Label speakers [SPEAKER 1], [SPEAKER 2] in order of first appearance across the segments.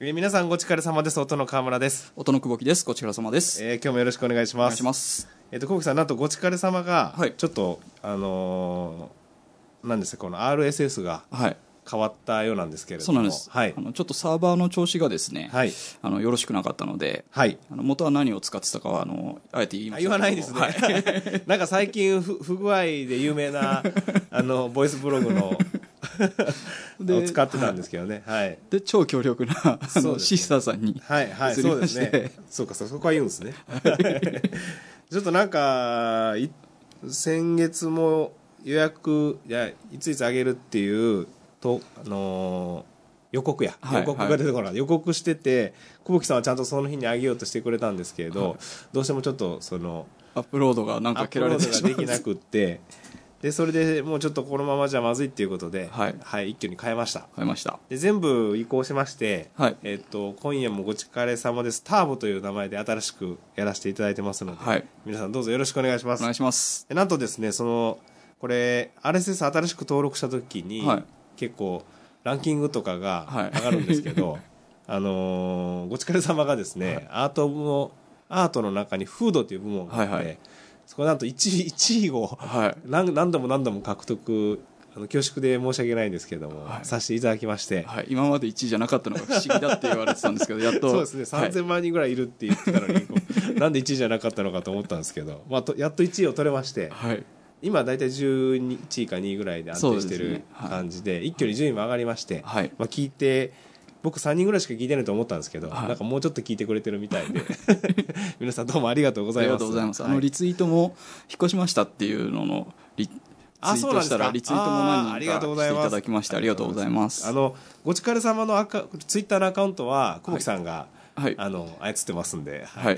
[SPEAKER 1] えー皆さんごちかれ様です。音の河村です。
[SPEAKER 2] 音の久保木です。ごちそうさまです。
[SPEAKER 1] えー今日もよろしくお願いし
[SPEAKER 2] お
[SPEAKER 1] ま
[SPEAKER 2] 願い
[SPEAKER 1] す。
[SPEAKER 2] します。
[SPEAKER 1] えっ、と、コウキさん、なんとごちかれ様が、
[SPEAKER 2] はい
[SPEAKER 1] ちょっと、あのーなんですか、この RSS が
[SPEAKER 2] はい。
[SPEAKER 1] 変わったようなんですけれども。
[SPEAKER 2] そうなんです。
[SPEAKER 1] はい
[SPEAKER 2] あ。のちょっとサーバーの調子がですね、
[SPEAKER 1] はい。
[SPEAKER 2] あのよろしくなかったので、
[SPEAKER 1] はい。
[SPEAKER 2] あの元は何を使ってたかはあのあえて言いま
[SPEAKER 1] あ
[SPEAKER 2] せんけ
[SPEAKER 1] 言
[SPEAKER 2] ど
[SPEAKER 1] わないですね。
[SPEAKER 2] はい
[SPEAKER 1] なんか最近不、不具合で有名な、あの、ボイスブログの、
[SPEAKER 2] で
[SPEAKER 1] を使ってたんですけどね。はい。
[SPEAKER 2] で超強力なあ
[SPEAKER 1] そうです
[SPEAKER 2] の、
[SPEAKER 1] ね
[SPEAKER 2] シーサーさんに、
[SPEAKER 1] はいはい
[SPEAKER 2] 移
[SPEAKER 1] そ
[SPEAKER 2] り
[SPEAKER 1] う
[SPEAKER 2] ま
[SPEAKER 1] で
[SPEAKER 2] し
[SPEAKER 1] す
[SPEAKER 2] て
[SPEAKER 1] ねそうかそうそこは言うんですねちょっとなんかい先月も予約いやいついつあげるっていうと、あのー予告や、
[SPEAKER 2] はい
[SPEAKER 1] 予告が出てこない、予告してて久保木さんはちゃんとその日にあげようとしてくれたんですけれど、どうしてもちょっとその
[SPEAKER 2] アップロードがなん
[SPEAKER 1] ア
[SPEAKER 2] か
[SPEAKER 1] ップ
[SPEAKER 2] 蹴ら
[SPEAKER 1] ロ
[SPEAKER 2] れ
[SPEAKER 1] ー
[SPEAKER 2] て
[SPEAKER 1] ド
[SPEAKER 2] し
[SPEAKER 1] が
[SPEAKER 2] ま
[SPEAKER 1] で
[SPEAKER 2] う
[SPEAKER 1] きなくってでそれでもうちょっとこのままじゃまずいっていうことで、
[SPEAKER 2] はい
[SPEAKER 1] はい、一挙に変えました
[SPEAKER 2] 買いました。
[SPEAKER 1] で全部移行しまして、
[SPEAKER 2] はい
[SPEAKER 1] えっと今夜もごちかれ様ですターボという名前で新しくやらせていただいてますので、
[SPEAKER 2] はい
[SPEAKER 1] 皆さんどうぞよろしくお願いしま
[SPEAKER 2] お
[SPEAKER 1] す
[SPEAKER 2] 願いします。
[SPEAKER 1] でなんとですねそのこれ RSS 新しく登録した時に、
[SPEAKER 2] はい
[SPEAKER 1] 結構ランキングとかが
[SPEAKER 2] はい
[SPEAKER 1] 上がるんですけ ど、あのーごちかれ様がですね、アートのアートの中にフードという部門があって、
[SPEAKER 2] はいはい
[SPEAKER 1] そこなんと1位1位を
[SPEAKER 2] はい。
[SPEAKER 1] 何何度も何度も獲得あの恐縮で申し訳ないんですけども、
[SPEAKER 2] はい
[SPEAKER 1] させていただきまして、
[SPEAKER 2] はい、今まで1位じゃなかったのが不思議だって言われてたんですけど、やっと。
[SPEAKER 1] そうですね
[SPEAKER 2] はい
[SPEAKER 1] 3000万人ぐらいいるって言ってたのに、こう なんで1位じゃなかったのかと思ったんですけど、まあ、とやっと1位を取れまして
[SPEAKER 2] はい。
[SPEAKER 1] 今大体11位か2位ぐらいで安定して
[SPEAKER 2] そうです
[SPEAKER 1] る
[SPEAKER 2] ねはい
[SPEAKER 1] 感じで一挙に順位も上がりまして、
[SPEAKER 2] はい
[SPEAKER 1] まあ、聞いて僕3人ぐらいしか聞いてないと思ったんですけど、
[SPEAKER 2] はい
[SPEAKER 1] なんかもうちょっと聞いてくれてるみたい で皆さんどうもありがとうご
[SPEAKER 2] あ
[SPEAKER 1] ざい
[SPEAKER 2] り
[SPEAKER 1] ます
[SPEAKER 2] がとうございます。あ
[SPEAKER 1] は
[SPEAKER 2] の
[SPEAKER 1] い
[SPEAKER 2] リツイートも引っ越しましたっていうののリツイ
[SPEAKER 1] あ
[SPEAKER 2] ートした
[SPEAKER 1] そうなんですから
[SPEAKER 2] リツイートも
[SPEAKER 1] あーあ
[SPEAKER 2] 何
[SPEAKER 1] り
[SPEAKER 2] 人
[SPEAKER 1] が
[SPEAKER 2] か
[SPEAKER 1] とうござい
[SPEAKER 2] してい
[SPEAKER 1] ます
[SPEAKER 2] ただきましてありがとうございます。
[SPEAKER 1] あのごちかれ様のアカツイッターのアカウントは久保木さんが、
[SPEAKER 2] はい
[SPEAKER 1] あの操ってますんで、
[SPEAKER 2] はい。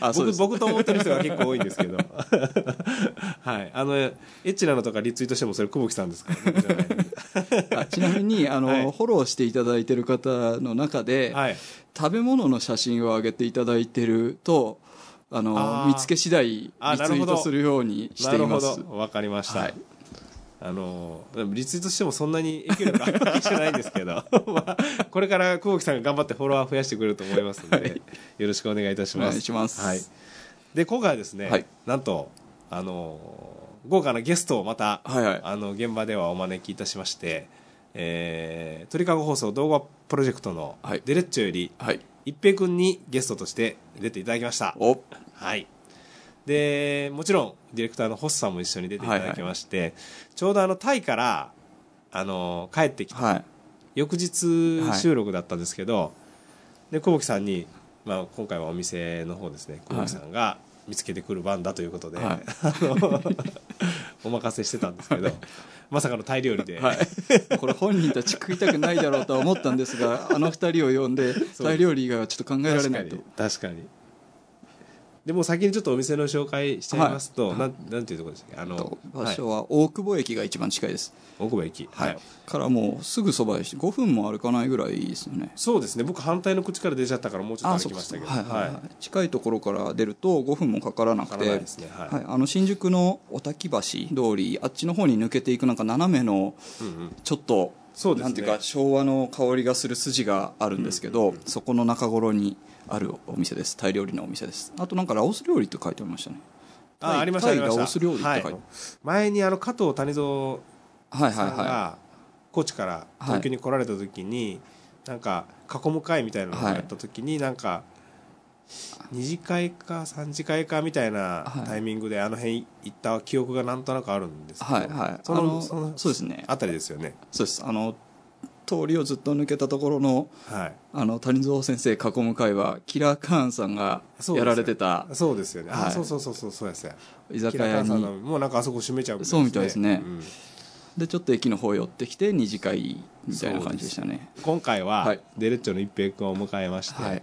[SPEAKER 2] あ、そう
[SPEAKER 1] 僕
[SPEAKER 2] です。
[SPEAKER 1] 僕と思ってる人が結構多いんです けどはいあのエッチなのとかリツイートしてもそれ久保木さんですから、僕じゃない
[SPEAKER 2] あちなみに、あの、
[SPEAKER 1] はい
[SPEAKER 2] フォローしていただいてる方の中 で、
[SPEAKER 1] はい
[SPEAKER 2] 食べ物の写真を上げていただいてると、あの、
[SPEAKER 1] あー
[SPEAKER 2] 見つけ次第リツイ
[SPEAKER 1] あなるほ
[SPEAKER 2] ー
[SPEAKER 1] ど
[SPEAKER 2] トするようにし
[SPEAKER 1] な
[SPEAKER 2] てい
[SPEAKER 1] るほ
[SPEAKER 2] ます。
[SPEAKER 1] どわかりました、
[SPEAKER 2] はい
[SPEAKER 1] あのでもリツイートしてもそんなに影響力発揮してないんですけ ど、まあ、これから久保木さんが頑張ってフォロワー増やしてくれると思いますので、よろしくお願いいたします。
[SPEAKER 2] お願いします
[SPEAKER 1] はい、で今回はですね、
[SPEAKER 2] はい
[SPEAKER 1] なんとあの豪華なゲストをまた、
[SPEAKER 2] はいはい
[SPEAKER 1] あの現場ではお招きいたしまして、えー、鳥かご放送動画プロジェクトの
[SPEAKER 2] はい
[SPEAKER 1] デレッチョより、
[SPEAKER 2] はい。
[SPEAKER 1] 一平君にゲストとして出ていただきました。
[SPEAKER 2] お、
[SPEAKER 1] はい、でもちろんディレクターの星さんも一緒に出ていただきまして、ちょうどあのタイからあの帰ってきた
[SPEAKER 2] はい。
[SPEAKER 1] 翌日収録だったんですけど、で久保木さんに、まあ、今回はお店の方ですね久保木さんが見つけてくる番だということで、
[SPEAKER 2] はい
[SPEAKER 1] あの お任せしてたんですけど、まさかのタイ料理で。
[SPEAKER 2] はい。 これ本人たち食いたくないだろうとは思ったんですが、 あの二人を呼んで、タイ料理以外はちょっと考えられ
[SPEAKER 1] 確
[SPEAKER 2] な
[SPEAKER 1] か
[SPEAKER 2] いと
[SPEAKER 1] に。確かにでもう先にちょっとお店の紹介しちゃいますと、なんなんていうところでしたっけあ
[SPEAKER 2] えっと
[SPEAKER 1] の
[SPEAKER 2] 場所は大久保駅が一番近いです。
[SPEAKER 1] 大久保駅
[SPEAKER 2] はい。からもうすぐそばでして、5分も歩かないぐらいですよね。
[SPEAKER 1] そうですね僕反対の口から出ちゃったからもうちょっと歩きましたけど
[SPEAKER 2] あそうかそうかはいはい
[SPEAKER 1] は
[SPEAKER 2] はいい、近いところから出ると5分もかから
[SPEAKER 1] か
[SPEAKER 2] なく
[SPEAKER 1] か
[SPEAKER 2] て
[SPEAKER 1] らないですねはい
[SPEAKER 2] はい、あの新宿の御嶽橋通りあっちの方に抜けていくなんか斜めの
[SPEAKER 1] うんうん
[SPEAKER 2] ちょっと
[SPEAKER 1] そうですね
[SPEAKER 2] なんていうか昭和の香りがする筋があるんですけど、そこの中頃にあるお店ですタイ料理のお店ですあとなんかラオス料理って書いてありましたねタ
[SPEAKER 1] あ
[SPEAKER 2] イ
[SPEAKER 1] ありましたあ
[SPEAKER 2] タイ
[SPEAKER 1] りました
[SPEAKER 2] ラオス料理って書いてあ
[SPEAKER 1] は
[SPEAKER 2] る
[SPEAKER 1] い、前にあの加藤谷蔵
[SPEAKER 2] はい、はい
[SPEAKER 1] さん
[SPEAKER 2] はいは
[SPEAKER 1] が高知から東京に来られた時に、なんか囲む会みたいなのがあった時に、なんか二次会か三次会かみたいな
[SPEAKER 2] はい
[SPEAKER 1] タイミングであの辺行った記憶がなんとなくあるんですけど、
[SPEAKER 2] はいはい
[SPEAKER 1] その
[SPEAKER 2] あの
[SPEAKER 1] その
[SPEAKER 2] そうですね
[SPEAKER 1] あたりですよね
[SPEAKER 2] いそうですあの通りをずっと抜けたところの
[SPEAKER 1] はい
[SPEAKER 2] あの谷蔵先生囲む会はキラー・カーンさんが
[SPEAKER 1] そうです
[SPEAKER 2] や
[SPEAKER 1] よ
[SPEAKER 2] られてた
[SPEAKER 1] そうですよね、あ
[SPEAKER 2] はい
[SPEAKER 1] そうそうそうそうそうですね
[SPEAKER 2] 居
[SPEAKER 1] キ
[SPEAKER 2] 酒
[SPEAKER 1] ラ
[SPEAKER 2] 屋
[SPEAKER 1] カンさんの
[SPEAKER 2] に
[SPEAKER 1] もうなんかあそこ閉めちゃうみたい
[SPEAKER 2] そうみたいですね
[SPEAKER 1] うん
[SPEAKER 2] でちょっと駅の方寄ってきて二次会みたいな感じでしたね
[SPEAKER 1] 今回
[SPEAKER 2] は
[SPEAKER 1] はいデレッチョの一平君を迎えまして、
[SPEAKER 2] はい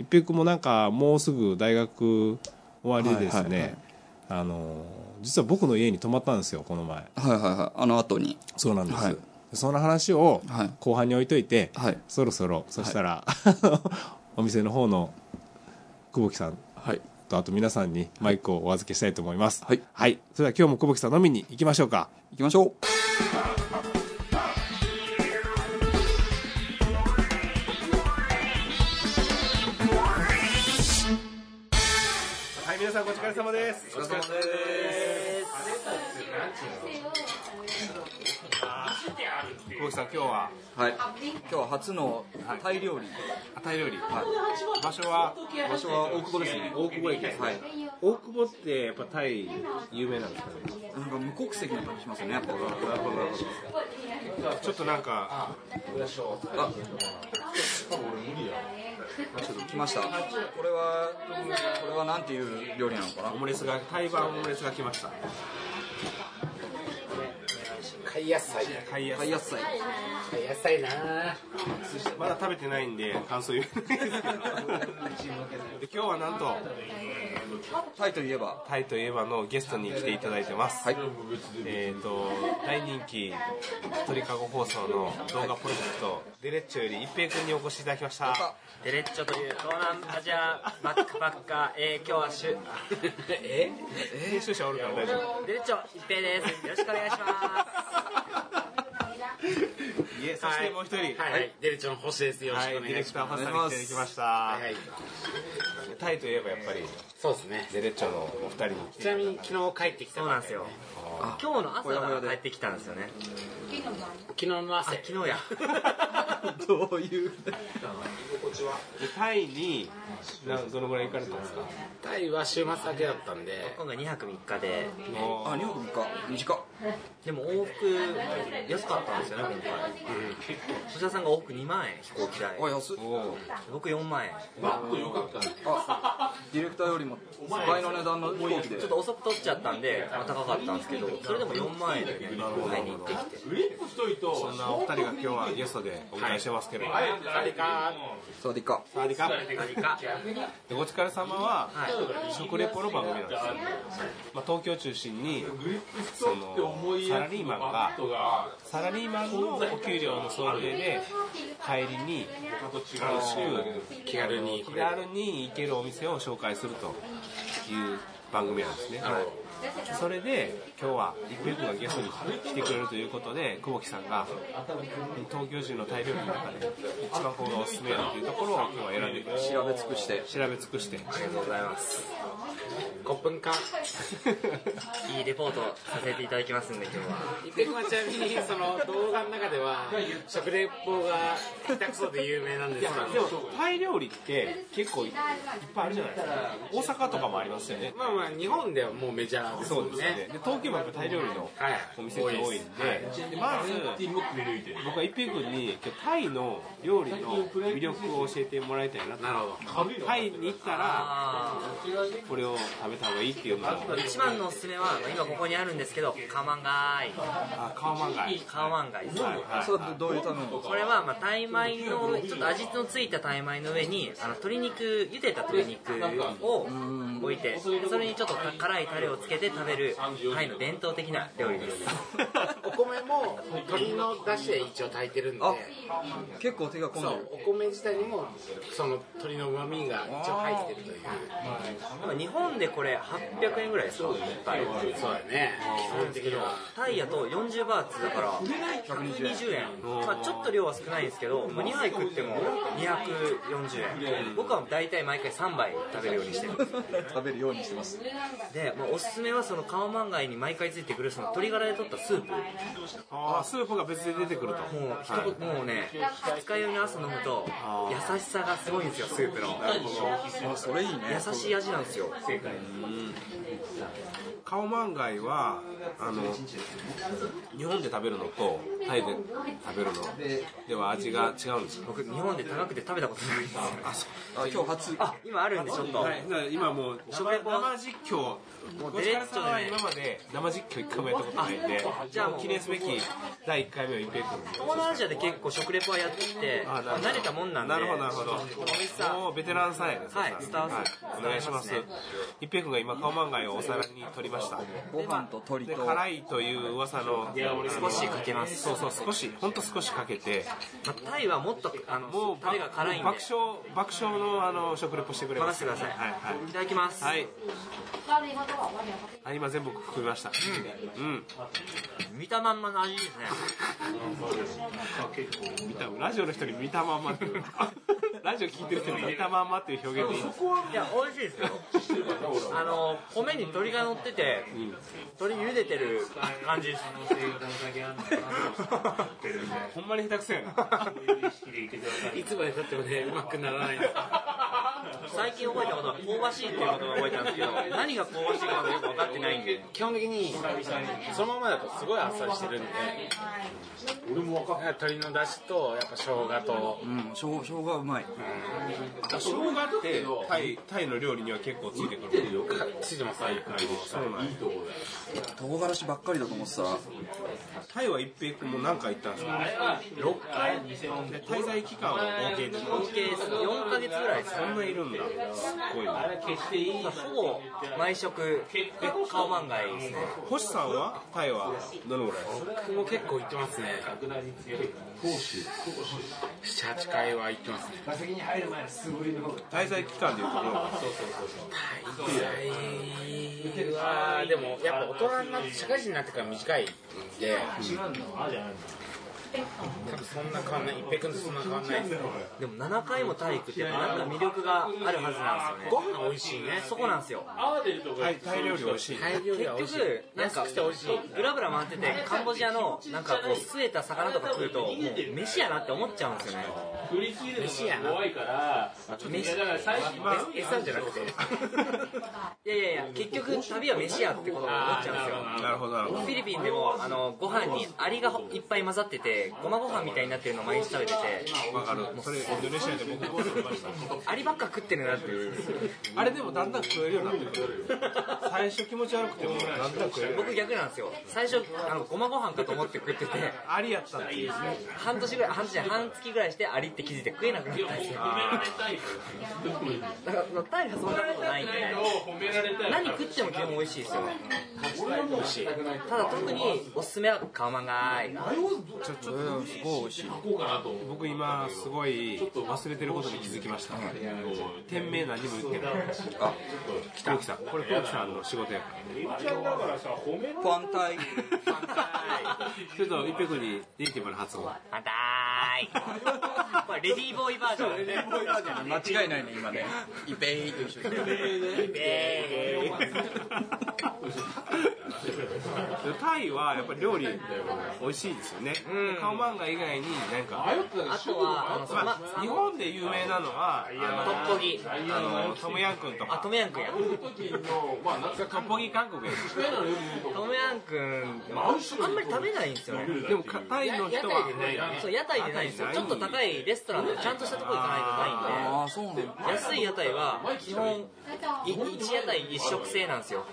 [SPEAKER 1] 一平君もなんかもうすぐ大学終わりですね、
[SPEAKER 2] はいはいはい
[SPEAKER 1] あの実は僕の家に泊まったんですよこの前
[SPEAKER 2] はいはいはいあの後に
[SPEAKER 1] そうなんです、
[SPEAKER 2] はい
[SPEAKER 1] その話を
[SPEAKER 2] はい
[SPEAKER 1] 後半に置いといて、
[SPEAKER 2] はい
[SPEAKER 1] そろそろそしたら、 お店の方の久保木さん
[SPEAKER 2] はい
[SPEAKER 1] とあと皆さんにマイクをお預けしたいと思います
[SPEAKER 2] はい
[SPEAKER 1] はい、それでは今日も久保木さん飲みに行きましょうか
[SPEAKER 2] 行きましょう
[SPEAKER 1] はい、皆さんお疲れ様です。お疲れ様です。小木さん、今日は、
[SPEAKER 2] はい今日は初のタイ料理、
[SPEAKER 1] タイ料理。
[SPEAKER 2] は
[SPEAKER 1] 場所は、
[SPEAKER 2] い、場所は大久保ですね
[SPEAKER 1] 大久保駅ですね
[SPEAKER 2] はい
[SPEAKER 1] 大久保って、やっぱタイ、有名なんですかね。
[SPEAKER 2] なんか無国籍な感じしますよねやっぱ
[SPEAKER 1] なるほど、なるほど。ちょっとなんか、
[SPEAKER 2] あちょっと来ましたこれはこれはなんていう料理なのかな
[SPEAKER 1] オムレツが、台湾オムレツが来ました。
[SPEAKER 3] 買いやすさい
[SPEAKER 1] 買いやす
[SPEAKER 2] 買い
[SPEAKER 1] い
[SPEAKER 2] やすさ
[SPEAKER 3] 買いやすさいな
[SPEAKER 1] まだ食べてないんで、感想言えないですけど。で今日はなんと、
[SPEAKER 2] タイといえば
[SPEAKER 1] タイといえばのゲストに来ていただいてます。
[SPEAKER 2] はい
[SPEAKER 1] えー、と大人気鳥かご放送の動画プロジェクト「デレッチョ」より一平君にお越しいただきました
[SPEAKER 2] あ
[SPEAKER 4] デレッチョという東南アジアバックパッカー、えー、今日 はしゅえ
[SPEAKER 1] 編集者おるから大丈夫
[SPEAKER 4] デレッチョ一平ですよろしくお願いします
[SPEAKER 1] いえそしてもう一人
[SPEAKER 4] はい、はいデレッチョの星ですよろし
[SPEAKER 1] は
[SPEAKER 4] くお
[SPEAKER 1] いディ
[SPEAKER 4] 願
[SPEAKER 1] レ
[SPEAKER 4] い
[SPEAKER 1] ク
[SPEAKER 4] し
[SPEAKER 1] ター
[SPEAKER 4] ます
[SPEAKER 1] ファさんに来ていただきました、
[SPEAKER 4] はい、はい、
[SPEAKER 1] タイといえばやっぱり
[SPEAKER 4] そうですね
[SPEAKER 1] デレッチョのお二人に来て
[SPEAKER 3] ちなみに昨日帰ってきた
[SPEAKER 4] そうなんですよ今日の朝
[SPEAKER 2] ほやほや
[SPEAKER 4] が
[SPEAKER 2] で
[SPEAKER 4] 帰ってきたんですよね
[SPEAKER 3] 昨日の
[SPEAKER 4] あ
[SPEAKER 3] 朝
[SPEAKER 4] 昨 日や
[SPEAKER 2] どういう
[SPEAKER 1] でタイになんどのぐらい行かれたんですか
[SPEAKER 3] タイは週末だけだったんで
[SPEAKER 4] 今回2泊3日で
[SPEAKER 2] あ
[SPEAKER 1] も
[SPEAKER 2] 2泊3日短っ
[SPEAKER 4] でも往復安かったんですよね今回そちらさんが往復2万円飛行機代
[SPEAKER 2] あ安っ
[SPEAKER 1] うおう
[SPEAKER 4] 僕4万円
[SPEAKER 2] あディレクターよりも倍の値段の飛行機で
[SPEAKER 4] ちょっと遅く取っちゃったんで、まあ、高かったんですけど、それでも4万円でね、買いに行ってきて、
[SPEAKER 1] そんなお二人が今日はゲストでお迎えしてますけど、
[SPEAKER 3] あれか
[SPEAKER 2] そうでか
[SPEAKER 1] サワディカ
[SPEAKER 4] 何か、
[SPEAKER 1] でお疲れ様は、
[SPEAKER 4] は
[SPEAKER 1] 食レポの番組なんですよ、まあ、東京中心にそのサラリーマンがサラリーマンのお給料の総税で帰りにあの週
[SPEAKER 3] 気軽に
[SPEAKER 1] 気軽に行けるお店を紹介するという番組なんですね、それで今日は一平君がゲストに来てくれるということで久保木さんが東京中のタイ料理の中で一番ここがおすすめだというところを今日は選んでくれました
[SPEAKER 2] 調べ尽くして
[SPEAKER 1] 調べ尽くして
[SPEAKER 4] ありがとうございます、
[SPEAKER 3] 5分間
[SPEAKER 4] いいレポートさせていただきますんで、今日は、
[SPEAKER 3] 伊手君はちなみにその動画の中では食レポが下手くそで有名なんですけど
[SPEAKER 1] でもタイ料理って結構いっぱいあるじゃないですか大阪とかもありますよね
[SPEAKER 3] まあまあ日本ではもうメジャーです
[SPEAKER 1] そ
[SPEAKER 3] も
[SPEAKER 1] うんですよねで東京もやっぱタイ料理の
[SPEAKER 3] はい
[SPEAKER 1] お店って多いんで,、でまず僕は一平君に今日タイの料理の魅力を教えてもらいたいなと
[SPEAKER 3] なるほど
[SPEAKER 1] タイに行ったら
[SPEAKER 4] あ
[SPEAKER 1] これを食べた方がいいっていうのを
[SPEAKER 4] ー一番のおすすめは、今ここにあるんですけど、カーマンガイ、
[SPEAKER 1] あカオマンガイ
[SPEAKER 4] カーマンガイです。
[SPEAKER 2] それはどういうための
[SPEAKER 4] これはまあタイ米のちょっと味のついたタイ米の上にあの鶏肉茹でた鶏肉を置いてそれにちょっと辛いタレをつけて食べるタイの伝統的な料理です
[SPEAKER 3] お米も鶏の出汁で一応炊いてるんで
[SPEAKER 2] あ結構手が込ん
[SPEAKER 3] そ
[SPEAKER 2] で
[SPEAKER 3] う
[SPEAKER 2] る
[SPEAKER 3] お米自体にもその鶏の旨味が一応入ってるという
[SPEAKER 4] まあ日本でこれ800円ぐらいですか
[SPEAKER 3] そうだね基本的には
[SPEAKER 4] タイやと40バーツだから120円、まあ、ちょっと量は少ないんですけどもう2杯食っても240円僕は大体毎回3杯食べるようにしてるんですよ
[SPEAKER 2] 食べるようにしてます
[SPEAKER 4] で、まあ、おすすめはそのカオマンガイに毎回ついてくるその鶏ガラで取ったスープ
[SPEAKER 1] あースープが別で出てくると
[SPEAKER 4] もう,、もうね二日酔いの朝飲むと優しさがすごいんですよスープの
[SPEAKER 2] あそれいいね
[SPEAKER 4] 優しい味なんですよ
[SPEAKER 1] カオマンガイはあの日本で食べるのとタイで食べるのでは味が違うんですよ
[SPEAKER 4] 僕日本で高くて食べたことないんですよ
[SPEAKER 2] あ今日初
[SPEAKER 4] あ今あるんでちょっと
[SPEAKER 1] はい、だから今もう生生実況
[SPEAKER 4] もう
[SPEAKER 1] お
[SPEAKER 4] デレ
[SPEAKER 1] 疲れ
[SPEAKER 4] ッチョ
[SPEAKER 1] 様は
[SPEAKER 4] でね
[SPEAKER 1] 今まで生実況一回もやったことないんで
[SPEAKER 4] あ
[SPEAKER 1] じ
[SPEAKER 4] じ
[SPEAKER 1] ゃ
[SPEAKER 4] ゃ
[SPEAKER 1] あ
[SPEAKER 4] あ
[SPEAKER 1] もう
[SPEAKER 4] もう
[SPEAKER 1] 記念すべき第1回目を一平君
[SPEAKER 4] 東南アジアで結構食レポはやってきて、
[SPEAKER 1] あなるほど
[SPEAKER 4] まあ慣れたもんなんで
[SPEAKER 1] なるほどなるほど
[SPEAKER 4] この美味しさ
[SPEAKER 1] もうベテランさんやね
[SPEAKER 4] はい
[SPEAKER 1] そした
[SPEAKER 4] 伝
[SPEAKER 1] ら
[SPEAKER 4] わす
[SPEAKER 1] はいお願いします
[SPEAKER 4] 伝わりま
[SPEAKER 1] 一平君が今カオマンガイをお皿に取りました
[SPEAKER 2] ご飯と鶏
[SPEAKER 1] で
[SPEAKER 2] と
[SPEAKER 1] 辛いという噂の
[SPEAKER 4] 少しかけます
[SPEAKER 1] そうそう少しほんと少しかけて
[SPEAKER 4] まあタイはもっとあの
[SPEAKER 1] もう
[SPEAKER 4] タレが辛いんで
[SPEAKER 1] 爆笑爆笑のあの食レポしてくれま
[SPEAKER 4] 任
[SPEAKER 1] す
[SPEAKER 4] せてください、
[SPEAKER 1] はいはい
[SPEAKER 4] ただきます、
[SPEAKER 1] はいあ今全部含みましたうん、
[SPEAKER 4] 見たまんまの味ですね
[SPEAKER 1] 見たラジオの人に見たまんまって
[SPEAKER 5] ラジオ聞いてる人に入れたまんまっていう表現でいいんですか
[SPEAKER 4] いや美味しいですよあの米に鶏が乗ってて、鶏茹でてる感じです
[SPEAKER 5] ほんまに下手くそやな
[SPEAKER 6] いつまでたってもね、うまくならないんです
[SPEAKER 4] 最近覚えたことは香ばしいっていうことが覚えたんですけど何が香ばしいかがよく分かってないんで
[SPEAKER 5] 基本的にそのままだとすごいあっさりしてるんで俺も分か鶏の出汁とやっぱ生姜と
[SPEAKER 2] うん生姜生姜うまい
[SPEAKER 7] 生姜ってタイタイの料理には結構ついてくる
[SPEAKER 5] ついてますね
[SPEAKER 7] そうなんや
[SPEAKER 2] 唐辛子ばっかりだと思ってさ
[SPEAKER 7] タイは一平君も何回行ったんですか6回で滞在期間は合計で
[SPEAKER 4] 合計4ヶ月ぐらいです
[SPEAKER 7] そんないるんだすっごいな
[SPEAKER 4] ほぼ毎食顔漫画ですね
[SPEAKER 7] 星さんはタイはどのぐらい
[SPEAKER 5] 僕も結構行ってますね78回は行ってますね
[SPEAKER 7] 滞在期間でいうとどう
[SPEAKER 5] はでもやっぱ大人になって社会人になってから短いんで、多分そんな変わんない一平君とそんな変わんないですよ
[SPEAKER 4] でも7回も体育ってなんか魅力があるはずなんですよ
[SPEAKER 5] ご
[SPEAKER 4] ね
[SPEAKER 5] 飯美味しいね
[SPEAKER 4] そこなんですよ
[SPEAKER 7] タイタイ料理美味しい
[SPEAKER 5] 大量量美味
[SPEAKER 4] 結
[SPEAKER 5] しい
[SPEAKER 4] 局なん
[SPEAKER 5] 安
[SPEAKER 4] か
[SPEAKER 5] くて美味しい
[SPEAKER 4] ブラブラ回っててカンボジアのなんかこう据えた魚とか食うともう飯やなって思っちゃうんですよね
[SPEAKER 5] 飯やな
[SPEAKER 4] 飯
[SPEAKER 5] 餌じゃ なくて
[SPEAKER 4] いやいやいや結局旅は飯やってことを思っちゃうんですよ
[SPEAKER 7] なるほどなるほど
[SPEAKER 4] フィリピンでもあのご飯にアリがいっぱい混ざっててごまご飯みたいになってるのを毎日食べてて
[SPEAKER 7] わかるそれインドネシアで僕も食べました
[SPEAKER 4] アリばっか食ってるなっていう
[SPEAKER 7] あれでもだんだん食えるようになってくる最初気持ち悪くてもだんだん食えるようになってくる
[SPEAKER 4] 僕逆なんですよ最初あのごまご飯かと思って食ってて
[SPEAKER 7] ありやったっていう
[SPEAKER 4] 半年ぐらい半年じゃない半月ぐらいしてアリって気づいて食えなくなったんですよだからそのタイはそんなことないんで何食っても基本美味しいですよただ特におすすめはカオマンガイ
[SPEAKER 7] ちょちょっとすごい美味しい僕今すごい忘れてることに気づきました店名何も言ってないあ北沖さんこれ北沖さんの仕事やから
[SPEAKER 2] パンタイ
[SPEAKER 7] ちょっと一平君にネイティブの発音
[SPEAKER 4] 反対 これレディーボーイバージョンレディーボーイバージョ ン
[SPEAKER 2] 間違いないね今ねイペイと一緒
[SPEAKER 7] タイはやっぱり料理美味しいですよね、カオマンガ以外に何か、
[SPEAKER 4] あとはあのそば
[SPEAKER 7] まあ、日本で有名なのは
[SPEAKER 4] ト
[SPEAKER 7] あ
[SPEAKER 4] ッポギ
[SPEAKER 7] のあのトムヤン君と
[SPEAKER 4] あ
[SPEAKER 7] か
[SPEAKER 4] トムヤンくんやト
[SPEAKER 7] トッポギ韓国やし
[SPEAKER 4] ムヤンくんあんまり食べないんですよね
[SPEAKER 7] でもかタイの人は
[SPEAKER 4] そう屋台でないんですよちょっと高いレストランのちゃんとしたところ行かないとないんで
[SPEAKER 2] ああそうなんだ
[SPEAKER 4] 安い屋台は基本い一屋台一食制なんですよ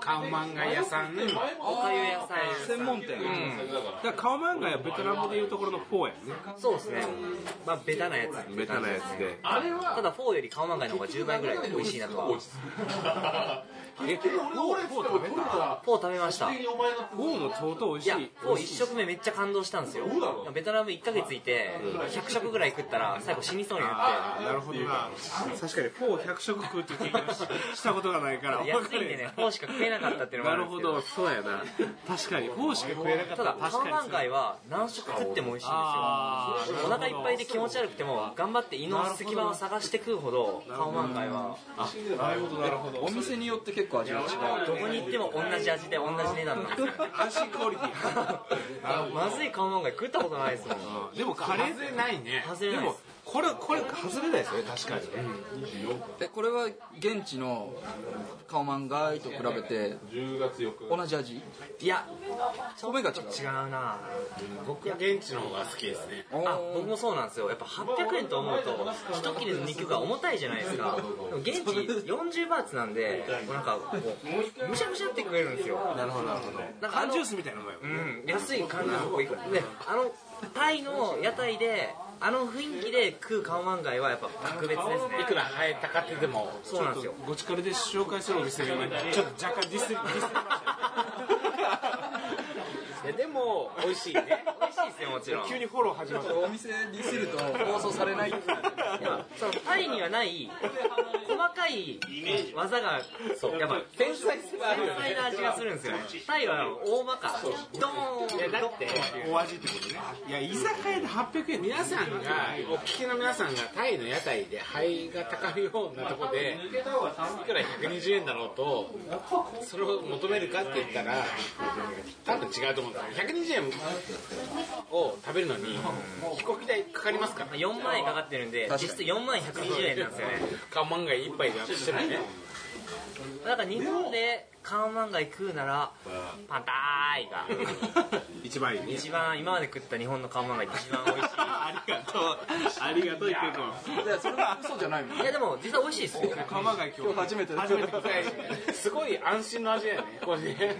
[SPEAKER 5] カオマンガ屋さんね
[SPEAKER 4] おかゆ屋さん
[SPEAKER 2] 専門店
[SPEAKER 7] だからカオマンガはベトナムでいうところのフォーやね
[SPEAKER 4] そうですねまあベタなやつ
[SPEAKER 7] ベタなやつで
[SPEAKER 4] ただフォーよりカオマンガイの方が10倍ぐらい美味しいなとはフォ
[SPEAKER 7] えフォーフォー食べた
[SPEAKER 4] ー食べましたい
[SPEAKER 7] フォーも相当美味し
[SPEAKER 4] や
[SPEAKER 7] い
[SPEAKER 4] フォー1食目めっちゃ感動したんですよベトナム1ヶ月いて100食ぐらい食ったら最後死にそうになっ
[SPEAKER 7] あーなるほどな確かにフォー100食食うって経験はししたことがないから
[SPEAKER 4] て安いんでねフォーしか食えなかったっていうのもあ
[SPEAKER 7] な
[SPEAKER 4] る
[SPEAKER 7] る
[SPEAKER 4] んですけど
[SPEAKER 7] ほどそうやな確かにフォーしか食えなかったた
[SPEAKER 4] だ
[SPEAKER 7] ら
[SPEAKER 4] カ
[SPEAKER 7] 確
[SPEAKER 4] オマ
[SPEAKER 7] か
[SPEAKER 4] ン
[SPEAKER 7] に
[SPEAKER 4] ガイは何食食っても美味しいん
[SPEAKER 7] あ
[SPEAKER 4] ですよお腹いっぱいで気持ち悪くても頑張って胃の隙間を探して食うほどカオマンガイは
[SPEAKER 7] なるほどなるほど
[SPEAKER 2] お店によって結構味が違う
[SPEAKER 4] どこに行っても同じ味で同じ値段なんですよ
[SPEAKER 7] 安心クオリティ
[SPEAKER 4] まずいカオマンガイ食ったことないですもん
[SPEAKER 7] でもカレーで
[SPEAKER 5] ないね
[SPEAKER 4] 外れ
[SPEAKER 7] で
[SPEAKER 4] ないで
[SPEAKER 7] も
[SPEAKER 4] す
[SPEAKER 7] これこれ外れないですね確かに
[SPEAKER 2] えこれは現地のカオマンガイと比べて同じ味
[SPEAKER 4] いや
[SPEAKER 2] 米が違う
[SPEAKER 4] 違うな
[SPEAKER 5] 僕は現地の方が好きですね
[SPEAKER 4] あ僕もそうなんですよやっぱ800円と思うと一切れの肉が重たいじゃないですかでも現地40バーツなんでもうなんかこうむしゃむしゃって食えるんですよ
[SPEAKER 7] なるほどなるほど
[SPEAKER 4] なんかあ
[SPEAKER 7] 缶
[SPEAKER 4] の
[SPEAKER 7] ジュースみたいなもんよ
[SPEAKER 4] うん、安い感じのとこ行くであのタイの屋台であの雰囲気で食うカオマンガイはやっぱ格別ですね
[SPEAKER 5] いくら生えたかってでも
[SPEAKER 4] そうなんですよ
[SPEAKER 7] ごちからで 紹介するお店が今ちょっと若干ディスディスりましたね
[SPEAKER 5] えでも美味しいね
[SPEAKER 4] 美味しいですよもちろん
[SPEAKER 5] 急にフォロー始まった
[SPEAKER 2] お店にすると放送されない
[SPEAKER 4] いやそのパリにはない細かい技がやっぱ繊細な味がするんですよねタイは大まかドーン
[SPEAKER 5] だって
[SPEAKER 4] ド
[SPEAKER 7] お味ってことね
[SPEAKER 5] いや居酒屋で800円皆さんがお聞きの皆さんがタイの屋台で灰が高いようなとこでいくら120円だろうとそれを求めるかって言ったら多分違うと思うんだ120円を食べるのに飛行機代かかりますから
[SPEAKER 4] ーン4万円かかってるんで実質4万120円なんですよね
[SPEAKER 5] カンマンガイ一杯で私してもね
[SPEAKER 4] だから日本でカオマンガイ食うならパンターイ が
[SPEAKER 5] 一番いいね
[SPEAKER 4] 一番今まで食った日本のカオマンガイで一番美味し
[SPEAKER 5] ありがとうありがとういくと
[SPEAKER 2] それは嘘じゃないもん
[SPEAKER 4] いいやでも実は美味しいですよ
[SPEAKER 5] 釜が今日
[SPEAKER 2] 初めて
[SPEAKER 5] 初めて臭いすごい安心の味だよねこれね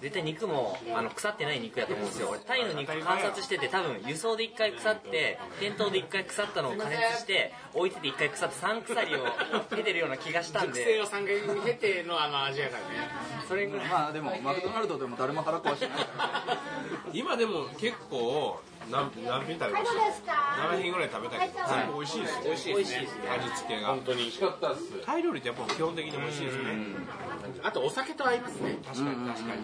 [SPEAKER 4] 絶対肉もあの腐ってない肉やと思うんですよ俺タイの肉観察してて多分輸送で1回腐って店頭で1回腐ったのを加熱して置いてて1回腐って3鎖を出てるような気がしたん
[SPEAKER 5] 熟成
[SPEAKER 4] で
[SPEAKER 5] を3回経てのあの味やからね
[SPEAKER 4] それぐらい
[SPEAKER 2] まあでもマクドナルドでも誰も腹壊してない
[SPEAKER 7] 今でも結構何何品食べました7品ぐらい食べたけど全部美味しいですよ美味しいですね味付けが
[SPEAKER 5] 本当に
[SPEAKER 7] タイ料理ってやっぱ基本的に美味しいですね
[SPEAKER 5] あとお酒と合いますね確かに確かに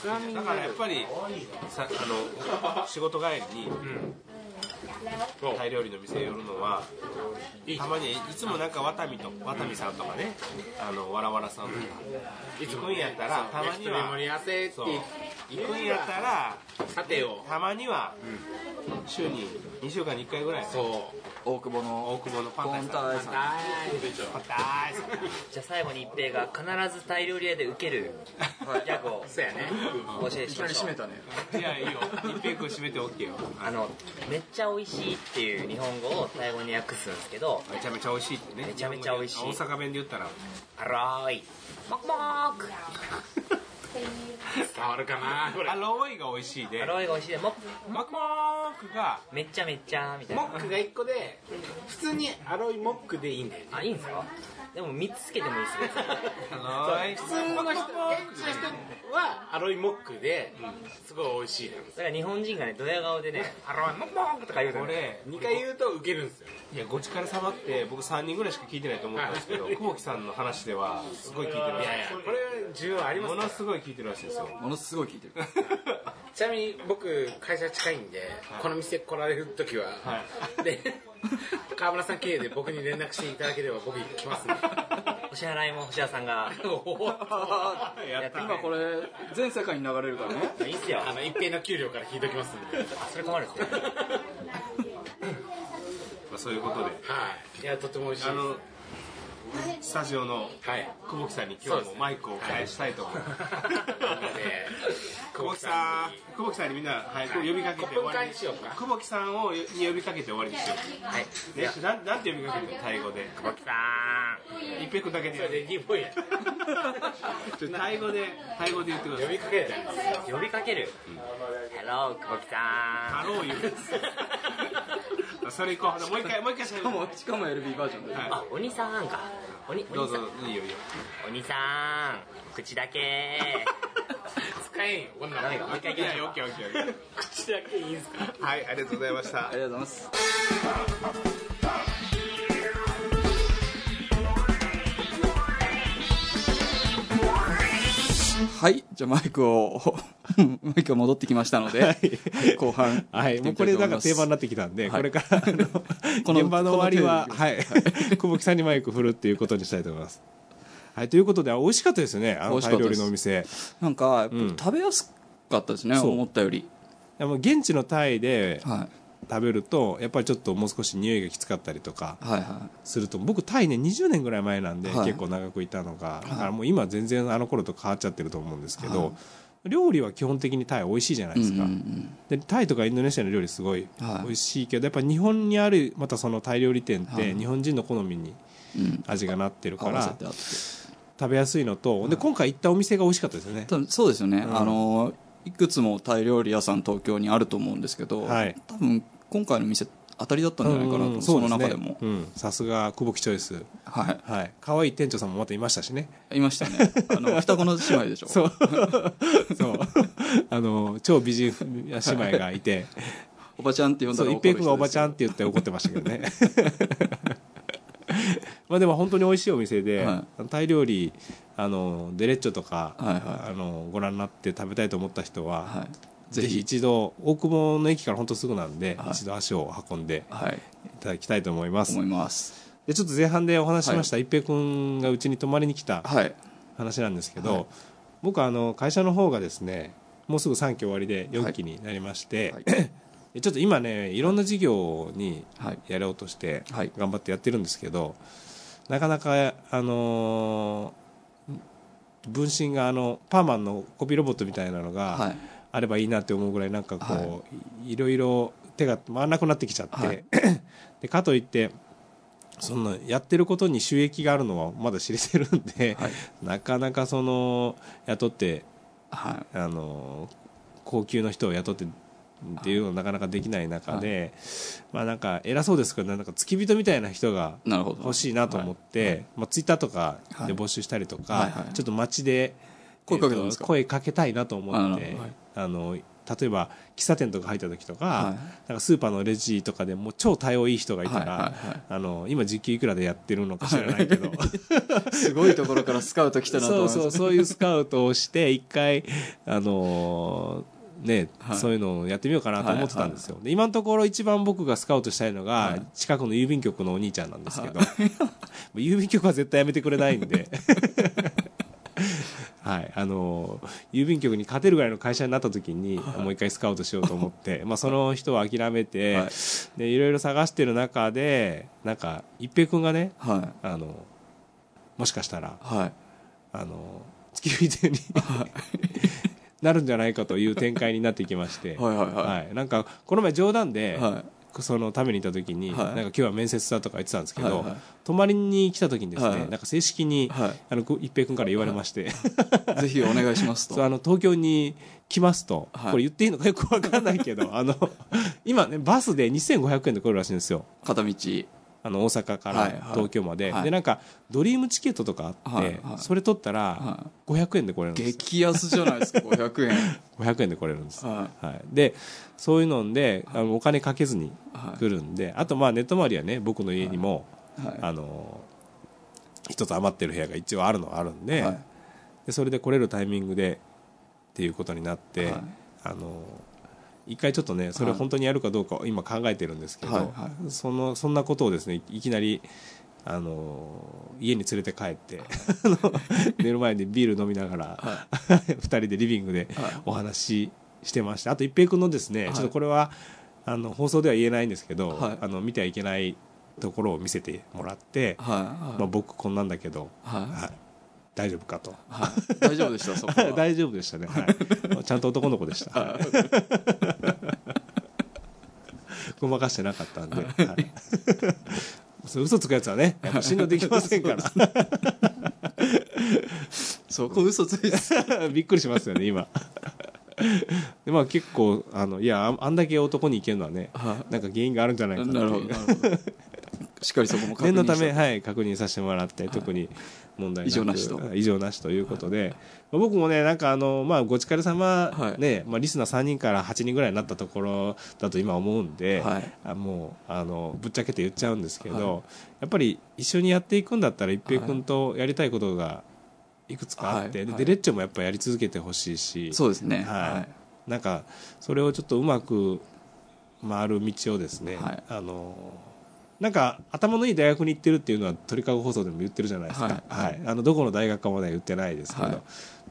[SPEAKER 5] つまみ
[SPEAKER 7] だからやっぱりさあの仕事帰りに、タイ料理の店寄るのはたまにいつもなんかワタミとワタミさんとかねあのわらわらさんとか行くんやったらたまに
[SPEAKER 5] 盛
[SPEAKER 7] は
[SPEAKER 5] り合わせって
[SPEAKER 7] そう行くんやったら
[SPEAKER 5] さてを
[SPEAKER 7] たまには週に2週間に1回ぐらい
[SPEAKER 5] そう
[SPEAKER 2] 大久保の
[SPEAKER 7] 大久保のパン
[SPEAKER 2] コ
[SPEAKER 7] タ
[SPEAKER 2] ン
[SPEAKER 7] イ
[SPEAKER 2] タイさん
[SPEAKER 5] あ
[SPEAKER 7] パンタイさん
[SPEAKER 4] じゃあ最後に一平が必ずタイ料理屋で受けるギャグを
[SPEAKER 5] そうやね
[SPEAKER 4] お教え
[SPEAKER 2] い
[SPEAKER 4] し
[SPEAKER 2] き
[SPEAKER 4] ま
[SPEAKER 2] な
[SPEAKER 4] し
[SPEAKER 2] り
[SPEAKER 4] ょ
[SPEAKER 2] 閉め
[SPEAKER 4] う
[SPEAKER 2] たね
[SPEAKER 7] いやいいよ一平君閉めて OK よ
[SPEAKER 4] あのめっちゃ美味しいっていう日本語をタイ語に訳すんですけど
[SPEAKER 7] めちゃめちゃ美味しいってね
[SPEAKER 4] めちゃめちゃ美味しい
[SPEAKER 7] 大阪弁で言ったら
[SPEAKER 4] 「あらーい」「もくもーく」
[SPEAKER 5] 伝わるかなこれ
[SPEAKER 7] アローイが美味しい
[SPEAKER 4] 「あ
[SPEAKER 7] で
[SPEAKER 4] らーい」が美味しいで「もく
[SPEAKER 7] マクモークが
[SPEAKER 4] めっちゃめっちゃ」みたい
[SPEAKER 5] モ
[SPEAKER 4] な
[SPEAKER 5] ックが1個で普通にアロイモックでいいんだよね
[SPEAKER 4] あいいんですかでも3つつけてもいいですよ
[SPEAKER 7] はい
[SPEAKER 5] 普通の人現地の人はアロイモックですごい美味しいの
[SPEAKER 4] だから日本人がねドヤ顔でね「あらーいもくもーく」とか言うと
[SPEAKER 7] こ
[SPEAKER 4] ね
[SPEAKER 7] れ
[SPEAKER 5] 2回言うとウケるんですよ
[SPEAKER 7] いやご力様って僕3人ぐらいしか聞いてないと思ったんですけど
[SPEAKER 5] はい
[SPEAKER 7] 久保木さんの話ではすごい聞いてる
[SPEAKER 5] い
[SPEAKER 7] らしい
[SPEAKER 5] やいやこれ需要あ
[SPEAKER 7] で
[SPEAKER 5] ります
[SPEAKER 7] も
[SPEAKER 5] から
[SPEAKER 7] のすごい聞いてるらしいですよ
[SPEAKER 2] ものすごい聞いてる
[SPEAKER 5] ちなみに僕会社近いんで、この店来られる時は、で川村さん経由で僕に連絡していただければ僕来ますんで
[SPEAKER 4] お支払いも星田さんが
[SPEAKER 5] おー
[SPEAKER 4] やってくれ
[SPEAKER 2] 今これ全世界に流れるからね
[SPEAKER 4] いいっすよ
[SPEAKER 5] あの一平の給料から引いときますんで
[SPEAKER 4] あそれ困るっすね
[SPEAKER 7] まあそういうことで
[SPEAKER 5] はいいやとても美味しい
[SPEAKER 7] あ
[SPEAKER 5] です
[SPEAKER 7] のスタジオの
[SPEAKER 5] はい
[SPEAKER 7] 久保木さんに今日もマイクを返したいと思います
[SPEAKER 5] で
[SPEAKER 7] 久保木さん久保木さんにみんなはい呼びかけて終わりにしようか久保木さんをに呼びかけて終わりにしよ
[SPEAKER 4] はいう
[SPEAKER 7] ねなんなんて呼びかけてるタイ語で
[SPEAKER 4] おきさ
[SPEAKER 7] 一平君だけで
[SPEAKER 5] それで日本や
[SPEAKER 7] ちょっとタイ語でタイ語で言ってくだ
[SPEAKER 5] 呼
[SPEAKER 7] さい
[SPEAKER 5] びかけたんです
[SPEAKER 4] ーん呼びかける「ヘロー久保木さ
[SPEAKER 7] ハ
[SPEAKER 4] ん
[SPEAKER 7] ロー言うそれ行こうもう一回もう一回しゃべ
[SPEAKER 2] しか
[SPEAKER 7] る
[SPEAKER 2] もしかも LB バージョンで」
[SPEAKER 7] はい
[SPEAKER 4] あお兄さんかおにお
[SPEAKER 7] どう
[SPEAKER 4] 兄さ
[SPEAKER 7] ぞ
[SPEAKER 4] ん
[SPEAKER 7] いいよいいよ
[SPEAKER 4] お兄さん口だ け
[SPEAKER 5] 使えんよこんなの
[SPEAKER 4] 何がもう一回
[SPEAKER 7] い
[SPEAKER 4] 行きま
[SPEAKER 7] や
[SPEAKER 4] し
[SPEAKER 7] いや
[SPEAKER 4] ょう
[SPEAKER 7] オッケーオッケーオッケ
[SPEAKER 5] 口だけいいんすか
[SPEAKER 7] ーはいありがとうございました
[SPEAKER 2] ありがとうございますはいじゃあマイクを マイクが戻ってきましたので、はい後半
[SPEAKER 1] はい、もうこれなんか定番になってきたんで、
[SPEAKER 2] はい
[SPEAKER 1] これからあの
[SPEAKER 2] この
[SPEAKER 1] 現場の終わりは、
[SPEAKER 2] この
[SPEAKER 1] はい 久保木さんにマイク振るっていうことにしたいと思います。はい、ということであ美味しかったですねあ
[SPEAKER 2] 美
[SPEAKER 1] の
[SPEAKER 2] 味
[SPEAKER 1] タ
[SPEAKER 2] し
[SPEAKER 1] イ料
[SPEAKER 2] かったで
[SPEAKER 1] 理
[SPEAKER 2] す
[SPEAKER 1] のお店
[SPEAKER 2] なんかやっぱ
[SPEAKER 1] うん
[SPEAKER 2] 食べやすかったですね、
[SPEAKER 1] そう
[SPEAKER 2] 思ったより
[SPEAKER 1] でも現地のタイで
[SPEAKER 2] は
[SPEAKER 1] 食べるとやっぱりちょっともう少し匂いがきつかったりとか
[SPEAKER 2] いはいは
[SPEAKER 1] すると僕タイね20年ぐらい前なんで、
[SPEAKER 2] はい
[SPEAKER 1] 結構長くいたのがだからもう今全然あの頃と変わっちゃってると思うんですけど、料理は基本的にタイ美味しいじゃない
[SPEAKER 2] い
[SPEAKER 1] ですか、
[SPEAKER 2] うんうん
[SPEAKER 1] でタイとかインドネシアの料理すごい
[SPEAKER 2] はい
[SPEAKER 1] 美味しいけど、やっぱ日本にあるまたそのタイ料理店っ
[SPEAKER 2] は
[SPEAKER 1] て
[SPEAKER 2] い
[SPEAKER 1] 日本人の好みに
[SPEAKER 2] うんうん
[SPEAKER 1] 味がなってるか
[SPEAKER 2] 合わせ
[SPEAKER 1] ら
[SPEAKER 2] てあって
[SPEAKER 1] 食べやすいのと、で今回行ったお店が美味しかったですよね
[SPEAKER 2] 多分そうですよね、
[SPEAKER 1] うん
[SPEAKER 2] あのいくつもタイ料理屋さん東京にあると思うんですけど、
[SPEAKER 1] はい
[SPEAKER 2] 多分今回の店当たりだったんじゃないかなと、
[SPEAKER 1] うん
[SPEAKER 2] そうの
[SPEAKER 1] ですね
[SPEAKER 2] 中でも
[SPEAKER 1] うんさすが久保木チョイス
[SPEAKER 2] は
[SPEAKER 1] はい可愛い店長さんもまたいましたしね
[SPEAKER 2] いいまし たねあの双子の姉妹でしょ
[SPEAKER 1] そう そうあの超美人姉妹がいて
[SPEAKER 2] おばちゃんって呼んだ
[SPEAKER 1] そう
[SPEAKER 2] ら
[SPEAKER 1] 一
[SPEAKER 2] 怒
[SPEAKER 1] 平
[SPEAKER 2] る人です
[SPEAKER 1] 君がおばちゃんって言って怒ってましたけどね まあでも本当に美味しいお店で、
[SPEAKER 2] は
[SPEAKER 1] タイ料理あのデレッチョとか、
[SPEAKER 2] はいは
[SPEAKER 1] あのご覧になって食べたいと思った人は、
[SPEAKER 2] はい
[SPEAKER 1] ぜ
[SPEAKER 2] ぜ
[SPEAKER 1] ひ
[SPEAKER 2] ひ
[SPEAKER 1] 一度大久保の駅から本当すぐなんで、
[SPEAKER 2] はい
[SPEAKER 1] 一度足を運んで
[SPEAKER 2] はい
[SPEAKER 1] いただきたいと思います
[SPEAKER 2] 思います
[SPEAKER 1] でちょっと前半でお話ししました、一平君がうちに泊まりに来た
[SPEAKER 2] はい
[SPEAKER 1] 話なんですけど、
[SPEAKER 2] はい
[SPEAKER 1] 僕あの会社の方がですねもうすぐ3期終わりで4期になりまして、
[SPEAKER 2] は い
[SPEAKER 1] でちょっと今ねいろんな事業に
[SPEAKER 2] はい
[SPEAKER 1] やろうとして
[SPEAKER 2] はい
[SPEAKER 1] 頑張ってやってるんですけど、なかなかあのー分身があのパーマンのコピーロボットみたいなの
[SPEAKER 2] は
[SPEAKER 1] が
[SPEAKER 2] い
[SPEAKER 1] あればいいなって思うぐらいなんかこう、い、ろいろ手が回らなくなってきちゃって、
[SPEAKER 2] はい
[SPEAKER 1] でかといってそんなやってることに収益があるのはまだ知れてるんで、
[SPEAKER 2] はい
[SPEAKER 1] なかなかその雇って
[SPEAKER 2] は
[SPEAKER 1] あの高級の人を雇ってっていうのはなかなかできない中で、まあなんか偉そうですけどなんか付き人みたいな人が
[SPEAKER 2] いなるほど
[SPEAKER 1] 欲しいなと思って、まあ、ツイッターとかで募集したりとか、
[SPEAKER 2] はいはいはい
[SPEAKER 1] ちょっと街で
[SPEAKER 2] 声かけたん
[SPEAKER 1] えーと
[SPEAKER 2] ですか
[SPEAKER 1] 声かけたいなと思って
[SPEAKER 2] あなるほどはい
[SPEAKER 1] あの例えば喫茶店とか入った時とか,、
[SPEAKER 2] はい
[SPEAKER 1] なんかスーパーのレジとかでもう超対応いい人がいたら、
[SPEAKER 2] はいはいはい
[SPEAKER 1] あの今時給いくらでやってるのか知らない けど。
[SPEAKER 2] すごいところからスカウト来たなと思い
[SPEAKER 1] そう
[SPEAKER 2] ます
[SPEAKER 1] そうそういうスカウトをして一回あのーね、
[SPEAKER 2] はい
[SPEAKER 1] そういうのをやってみようかなと思ってたんですよ、で今のところ一番僕がスカウトしたいのが、
[SPEAKER 2] はい
[SPEAKER 1] 近くの郵便局のお兄ちゃんなんです けど、郵便局は絶対やめてくれないんではいあのー郵便局に勝てるぐらいの会社になった時に、もう一回スカウトしようと思 ってまあその人は諦めて、
[SPEAKER 2] はい
[SPEAKER 1] でいろいろ探してる中でなんか一平君がね
[SPEAKER 2] はい
[SPEAKER 1] あのもしかしたら
[SPEAKER 2] はい
[SPEAKER 1] あの付き人になるんじゃないかという展開になってきまして
[SPEAKER 2] はいはいはい
[SPEAKER 1] いなんかこの前冗談で、
[SPEAKER 2] は
[SPEAKER 1] その食べに行った時に、
[SPEAKER 2] はい
[SPEAKER 1] なんか今日は面接だとか言ってたんですけど、
[SPEAKER 2] はいはい
[SPEAKER 1] 泊まりに来た時にですね、
[SPEAKER 2] はいはい
[SPEAKER 1] なんか正式に、
[SPEAKER 2] はい
[SPEAKER 1] あのこ一平君から言われまして、
[SPEAKER 2] いぜひお願いします
[SPEAKER 1] そう
[SPEAKER 2] と
[SPEAKER 1] あの東京に来ますと、
[SPEAKER 2] はい
[SPEAKER 1] これ言っていいのかよくわかんないけど あの今ねバスで2500円で来るらしいんですよ
[SPEAKER 2] 片道
[SPEAKER 1] あの大阪か
[SPEAKER 2] はいはい
[SPEAKER 1] ら東京まで、
[SPEAKER 2] はい
[SPEAKER 1] でなんかドリームチケットとかあって、
[SPEAKER 2] はいはい
[SPEAKER 1] それ取った
[SPEAKER 2] は
[SPEAKER 1] ら500円で来れるんですよ
[SPEAKER 2] 激安じゃないです か500円
[SPEAKER 1] 500円で来れるんです、
[SPEAKER 2] は
[SPEAKER 1] はい、でそういうのであのお金かけずに
[SPEAKER 2] はい
[SPEAKER 1] 来るんで、あとまあネット周りはね僕の家にも、
[SPEAKER 2] はい
[SPEAKER 1] あの一つ余ってる部屋が一応あるのはあるんで,、
[SPEAKER 2] はい
[SPEAKER 1] でそれで来れるタイミングでっていうことになって、
[SPEAKER 2] はい
[SPEAKER 1] あの一回ちょっとねそれを本当にやるかどうかを今考えてるんですけど、
[SPEAKER 2] はいは
[SPEAKER 1] そのそんなことをですねいきなりあの家に連れて帰って、あの 寝る前にビール飲みながら、二2人でリビングで
[SPEAKER 2] はい
[SPEAKER 1] お話ししてましたあと一平君のですね、
[SPEAKER 2] い
[SPEAKER 1] ちょっとこれはあの放送では言えないんですけど、
[SPEAKER 2] はい
[SPEAKER 1] あの見てはいけないところを見せてもらって、
[SPEAKER 2] は
[SPEAKER 1] ま
[SPEAKER 2] い
[SPEAKER 1] あ、僕こんなんだけど、
[SPEAKER 2] はい
[SPEAKER 1] はい大丈夫かと
[SPEAKER 2] はい大丈夫でしたそこ は
[SPEAKER 1] 大丈夫でしたね、はい、 ちゃんと男の子でした、はいごまかしてなかったんで、はい、 そう嘘つくやつはねやっぱ信用できませんから
[SPEAKER 2] そこ嘘つ いて
[SPEAKER 1] びっくりしますよね今でまあ結構あのいやああんだけ男にいけるのはね、
[SPEAKER 2] は
[SPEAKER 1] なんか原因があるんじゃないかなって
[SPEAKER 2] なるほど
[SPEAKER 1] いう
[SPEAKER 2] なるほどしっかりそこも確認
[SPEAKER 1] 念のため、
[SPEAKER 2] して
[SPEAKER 1] はい、確認させてもらって、特に問題なく
[SPEAKER 2] 異常なしと
[SPEAKER 1] 異常なしということで、まあ僕もねなんかあの、まあ、ごちかれ様、
[SPEAKER 2] はい
[SPEAKER 1] ねまあ、リスナー3人から8人ぐらいになったところだと今思うんで、
[SPEAKER 2] はい
[SPEAKER 1] あもうあのぶっちゃけて言っちゃうんですけど、やっぱり一緒にやっていくんだったら一平君とやりたいことがいくつかあって、
[SPEAKER 2] はい
[SPEAKER 1] で
[SPEAKER 2] は
[SPEAKER 1] デ
[SPEAKER 2] い
[SPEAKER 1] レッチョもやっぱやり続けてほしいし。
[SPEAKER 2] そうですね
[SPEAKER 1] は、
[SPEAKER 2] はい
[SPEAKER 1] なんかそれをちょっとうまく回る道をですね、
[SPEAKER 2] はい
[SPEAKER 1] あのなんか頭のいい大学に行ってるっていうのは鳥かご放送でも言ってるじゃないですか、は
[SPEAKER 2] はい
[SPEAKER 1] あのどこの大学かまでは言ってないですけど、
[SPEAKER 2] はい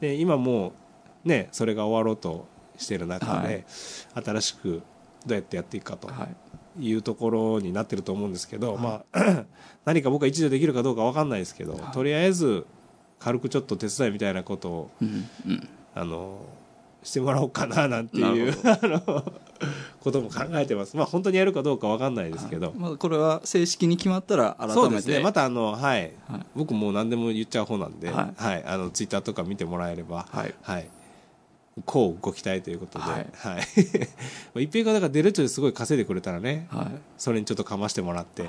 [SPEAKER 1] で今もうねそれが終わろうとしてる中で、
[SPEAKER 2] はい
[SPEAKER 1] 新しくどうやってやっていくかと
[SPEAKER 2] はい
[SPEAKER 1] いうところになってると思うんですけど、まあ 何か僕は一助できるかどうか分かんないですけど、とりあえず軽くちょっと手伝いみたいなことを
[SPEAKER 2] うんうん
[SPEAKER 1] あのしてもらおうかななんて
[SPEAKER 2] ないる
[SPEAKER 1] う あのことも考えてますまあ本当にやるかどうかわかんないですけど、
[SPEAKER 2] まあこれは正式に決まったら改めて
[SPEAKER 1] そうですねまたあのはい、
[SPEAKER 2] はい
[SPEAKER 1] 僕もう何でも言っちゃう方なんで、は
[SPEAKER 2] はい
[SPEAKER 1] あのツイッターとか見てもらえれば
[SPEAKER 2] はい
[SPEAKER 1] はいこうご期待ということで、
[SPEAKER 2] は
[SPEAKER 1] はい いまあ一平がだから出るちょですごい稼いでくれたらね、
[SPEAKER 2] はい
[SPEAKER 1] それにちょっとかましてもら って、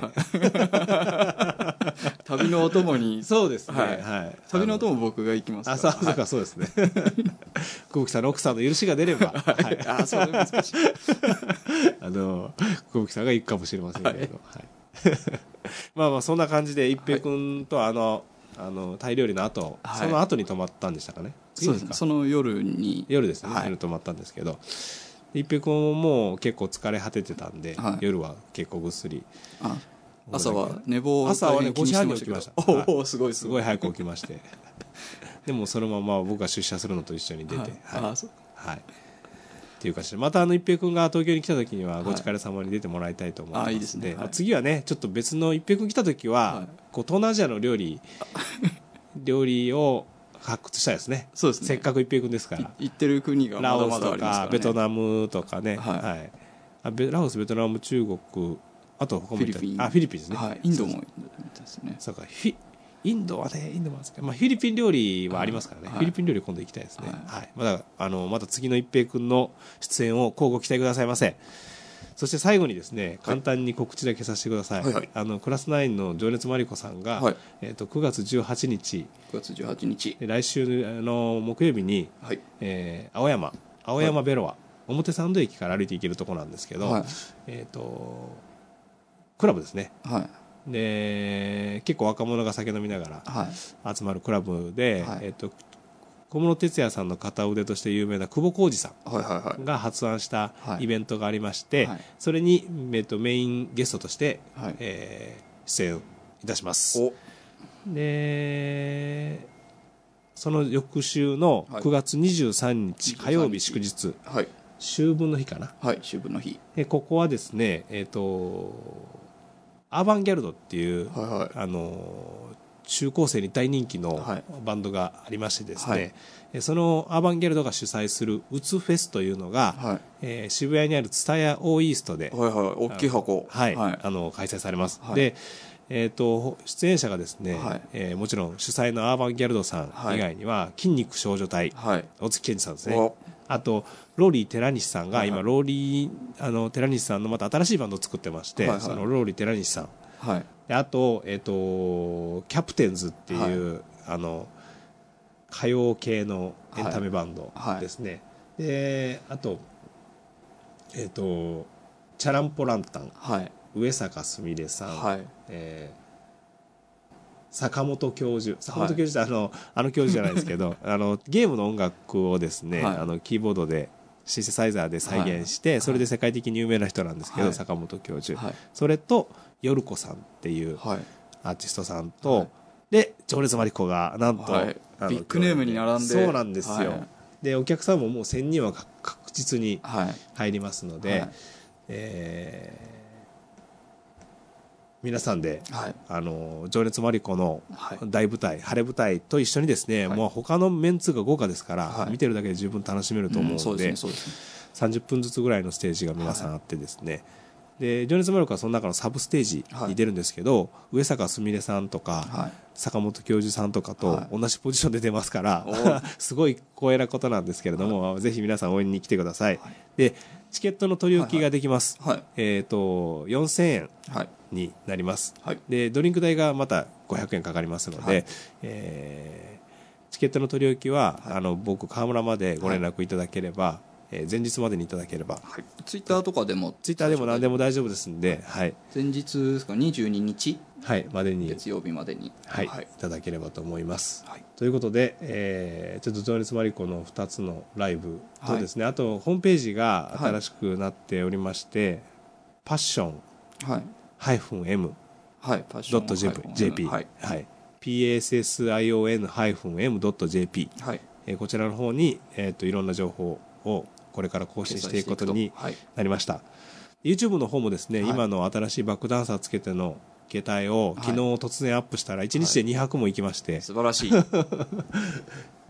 [SPEAKER 2] 旅のお供に
[SPEAKER 1] そうですね、
[SPEAKER 2] は
[SPEAKER 1] はいい
[SPEAKER 2] 旅の音も僕が行きます
[SPEAKER 1] あそうそうかそうですね 久保木さんの奥さんの許しが出れば、はい、
[SPEAKER 2] あそう難しい
[SPEAKER 1] あの久保木さんが行くかもしれませんけれど、はい まあまあそんな感じで一平君とあの,、あのタイ料理の後、
[SPEAKER 2] はい
[SPEAKER 1] その後に泊まったんでしたかね
[SPEAKER 2] そう
[SPEAKER 1] 次
[SPEAKER 2] です
[SPEAKER 1] か
[SPEAKER 2] ねその夜に
[SPEAKER 1] 夜ですね、
[SPEAKER 2] はい
[SPEAKER 1] 夜泊まったんですけど一平君ももう結構疲れ果ててたんで、
[SPEAKER 2] はい
[SPEAKER 1] 夜は結構ぐっすり
[SPEAKER 2] あ朝は寝坊を
[SPEAKER 1] 朝はね
[SPEAKER 2] 大変気にし
[SPEAKER 1] 5時
[SPEAKER 2] て
[SPEAKER 1] 半に起きました
[SPEAKER 2] けどおおすごいす
[SPEAKER 1] す
[SPEAKER 2] ご
[SPEAKER 1] ご
[SPEAKER 2] い
[SPEAKER 1] い早く起きまして でもそのまま僕が出社するのと一緒に出て、
[SPEAKER 2] はい
[SPEAKER 1] はい
[SPEAKER 2] あそう
[SPEAKER 1] はい。っていうかしまたあの一平君が東京に来た時にはご力様に出てもらいたいと思います
[SPEAKER 2] あ
[SPEAKER 1] の
[SPEAKER 2] いいですね
[SPEAKER 1] まあ
[SPEAKER 2] はい
[SPEAKER 1] 次はねちょっと別の一平君来た時は、
[SPEAKER 2] はい
[SPEAKER 1] こう東南アジアの料 理料理を発掘したいですね
[SPEAKER 2] そうですね
[SPEAKER 1] せっかく一平君ですから
[SPEAKER 2] い行ってる国がま
[SPEAKER 1] ラ
[SPEAKER 2] だ
[SPEAKER 1] オ
[SPEAKER 2] ま
[SPEAKER 1] ス
[SPEAKER 2] だあ
[SPEAKER 1] と
[SPEAKER 2] りま
[SPEAKER 1] か
[SPEAKER 2] すからね
[SPEAKER 1] ベトナムとかね、
[SPEAKER 2] はい
[SPEAKER 1] はいあベラオスベトナム中国あと他
[SPEAKER 2] フ
[SPEAKER 1] も
[SPEAKER 2] ィ
[SPEAKER 1] い
[SPEAKER 2] リ
[SPEAKER 1] た
[SPEAKER 2] ピン
[SPEAKER 1] あフィリピンですね、
[SPEAKER 2] はいインドもですね
[SPEAKER 1] そうかフィインドはねインドもあるんですけど、まあ、フィリピン料理はありますからね、
[SPEAKER 2] はい
[SPEAKER 1] フィリピン料理今度行きたいですね、
[SPEAKER 2] は
[SPEAKER 1] はいいまだあのまた次の一平君の出演を交互期待くださいませそして最後にですね簡単に告知だけさせてください、
[SPEAKER 2] はいはい
[SPEAKER 1] あのクラス9の情熱マリコさんが、
[SPEAKER 2] はい
[SPEAKER 1] えー、と9月18日
[SPEAKER 2] 9月18日
[SPEAKER 1] 来週の木曜日に、
[SPEAKER 2] はい
[SPEAKER 1] えー青山青山ベロア、表参道駅から歩いて行けるところなんですけど、
[SPEAKER 2] はい
[SPEAKER 1] えっ、とクラブですね
[SPEAKER 2] はい
[SPEAKER 1] で結構若者が酒飲みながら
[SPEAKER 2] はい
[SPEAKER 1] 集まるクラブで、
[SPEAKER 2] はい
[SPEAKER 1] えっと小室哲哉さんの片腕として有名な久保浩二さ
[SPEAKER 2] はいはいはい
[SPEAKER 1] んが発案した
[SPEAKER 2] はい
[SPEAKER 1] イベントがありまして、
[SPEAKER 2] はい
[SPEAKER 1] それに、えっとメインゲストとして、
[SPEAKER 2] はい
[SPEAKER 1] えー出演いたします
[SPEAKER 2] お
[SPEAKER 1] でその翌週の
[SPEAKER 2] はい
[SPEAKER 1] 9月23日
[SPEAKER 2] 23
[SPEAKER 1] 火曜日祝日、
[SPEAKER 2] はい
[SPEAKER 1] 秋分の日かな
[SPEAKER 2] はい秋分の日
[SPEAKER 1] でここはですねえっ、とアーバンギャルドっていう、
[SPEAKER 2] はいはい
[SPEAKER 1] あの中高生に大人気の
[SPEAKER 2] はい
[SPEAKER 1] バンドがありましてです
[SPEAKER 2] はい
[SPEAKER 1] ね、えそのアーバンギャルドが主催するうつフェスというのが、
[SPEAKER 2] はい
[SPEAKER 1] えー渋谷にある蔦屋オーイーストで、
[SPEAKER 2] はいはい大きい箱
[SPEAKER 1] はい
[SPEAKER 2] はい
[SPEAKER 1] あの開催されます、
[SPEAKER 2] はい
[SPEAKER 1] で、えー、と出演者がですね、
[SPEAKER 2] はい
[SPEAKER 1] えーもちろん主催のアーバンギャルドさん以外には、筋肉少女隊、
[SPEAKER 2] はい
[SPEAKER 1] 大月健二さんですね
[SPEAKER 2] お
[SPEAKER 1] あとローリー寺西さんが
[SPEAKER 2] はいはい
[SPEAKER 1] 今ローリーあの寺西さんのまた新しいバンドを作ってまして、
[SPEAKER 2] はいはい
[SPEAKER 1] そのローリー寺西さん
[SPEAKER 2] はい
[SPEAKER 1] であと,、えっとキャプテンズっていう、あの歌謡系のエンタメバンド
[SPEAKER 2] はい
[SPEAKER 1] ですね、であとえっ、とチャランポランタン
[SPEAKER 2] はい
[SPEAKER 1] 上坂すみれさん、
[SPEAKER 2] はい
[SPEAKER 1] えー坂本教授坂本教授ってあの,、あの教授じゃないですけ どあのゲームの音楽をですね、
[SPEAKER 2] はい
[SPEAKER 1] あのキーボードでシンセサイザーで再現して、それで世界的に有名な人なんですけど、
[SPEAKER 2] はい
[SPEAKER 1] 坂本教授、
[SPEAKER 2] はい
[SPEAKER 1] それとよるこさんっていう
[SPEAKER 2] はい
[SPEAKER 1] アーティストさんと、
[SPEAKER 2] はい
[SPEAKER 1] で情熱マリコがなんと、
[SPEAKER 2] はい
[SPEAKER 1] あの
[SPEAKER 2] ビッグネームに並んで
[SPEAKER 1] そうなんですよ、
[SPEAKER 2] はい
[SPEAKER 1] でお客さんももう1000人は確確実に
[SPEAKER 2] はい
[SPEAKER 1] 入りますので、
[SPEAKER 2] はい
[SPEAKER 1] えー皆さんで、
[SPEAKER 2] はい
[SPEAKER 1] あの情熱マリコの
[SPEAKER 2] はい
[SPEAKER 1] 大舞台、晴れ舞台と一緒にですね、
[SPEAKER 2] はい
[SPEAKER 1] もう他のメンツが豪華ですから、
[SPEAKER 2] はい
[SPEAKER 1] 見てるだけで十分楽しめると思う
[SPEAKER 2] そ
[SPEAKER 1] の
[SPEAKER 2] う
[SPEAKER 1] で,、
[SPEAKER 2] ですねそうですね
[SPEAKER 1] 30分ずつぐらいのステージが皆さんあってですね、で情熱マリコはその中のサブステージに出るんですけど、上坂すみれさんとか、
[SPEAKER 2] はい
[SPEAKER 1] 坂本教授さんとかと
[SPEAKER 2] はい
[SPEAKER 1] 同じポジションで出ますから、
[SPEAKER 2] おー
[SPEAKER 1] すごい光栄なことなんですけれども、ぜひ皆さん応援に来てください、でチケットの取り置きができます、
[SPEAKER 2] はいはい
[SPEAKER 1] えっ、と4000円
[SPEAKER 2] はい
[SPEAKER 1] になります、
[SPEAKER 2] はい
[SPEAKER 1] でドリンク代がまた500円かかりますので、
[SPEAKER 2] はい
[SPEAKER 1] えーチケットの取り置きは、あの僕川村までご連絡いただければ、えー前日までにいただければ、
[SPEAKER 2] はいツイッターとかでも
[SPEAKER 1] ツイッターでも何でも大丈夫ですんで、はい
[SPEAKER 2] 前日ですか22日
[SPEAKER 1] はい、までに
[SPEAKER 2] 月曜日までに
[SPEAKER 1] はい、
[SPEAKER 2] はい
[SPEAKER 1] い、ただければと思います。
[SPEAKER 2] はい
[SPEAKER 1] ということで、えーちょっと「情熱マリコ」の2つのライブ
[SPEAKER 2] はい
[SPEAKER 1] とですね、あとホームページが新しくなっておりまして、パッション
[SPEAKER 2] はいはいパッション
[SPEAKER 1] -m.jp
[SPEAKER 2] はい
[SPEAKER 1] はい、passion-m.jp、
[SPEAKER 2] はい
[SPEAKER 1] えーこちらの方に、えー、といろんな情報をこれから更新していくことに
[SPEAKER 2] 掲載していくと
[SPEAKER 1] なりました、YouTube の方もですね、
[SPEAKER 2] はい
[SPEAKER 1] 今の新しいバックダンサーつけての携帯を
[SPEAKER 2] はい
[SPEAKER 1] 昨日突然アップしたら1日で200も行きま して、
[SPEAKER 2] 素晴らしいそ
[SPEAKER 1] 1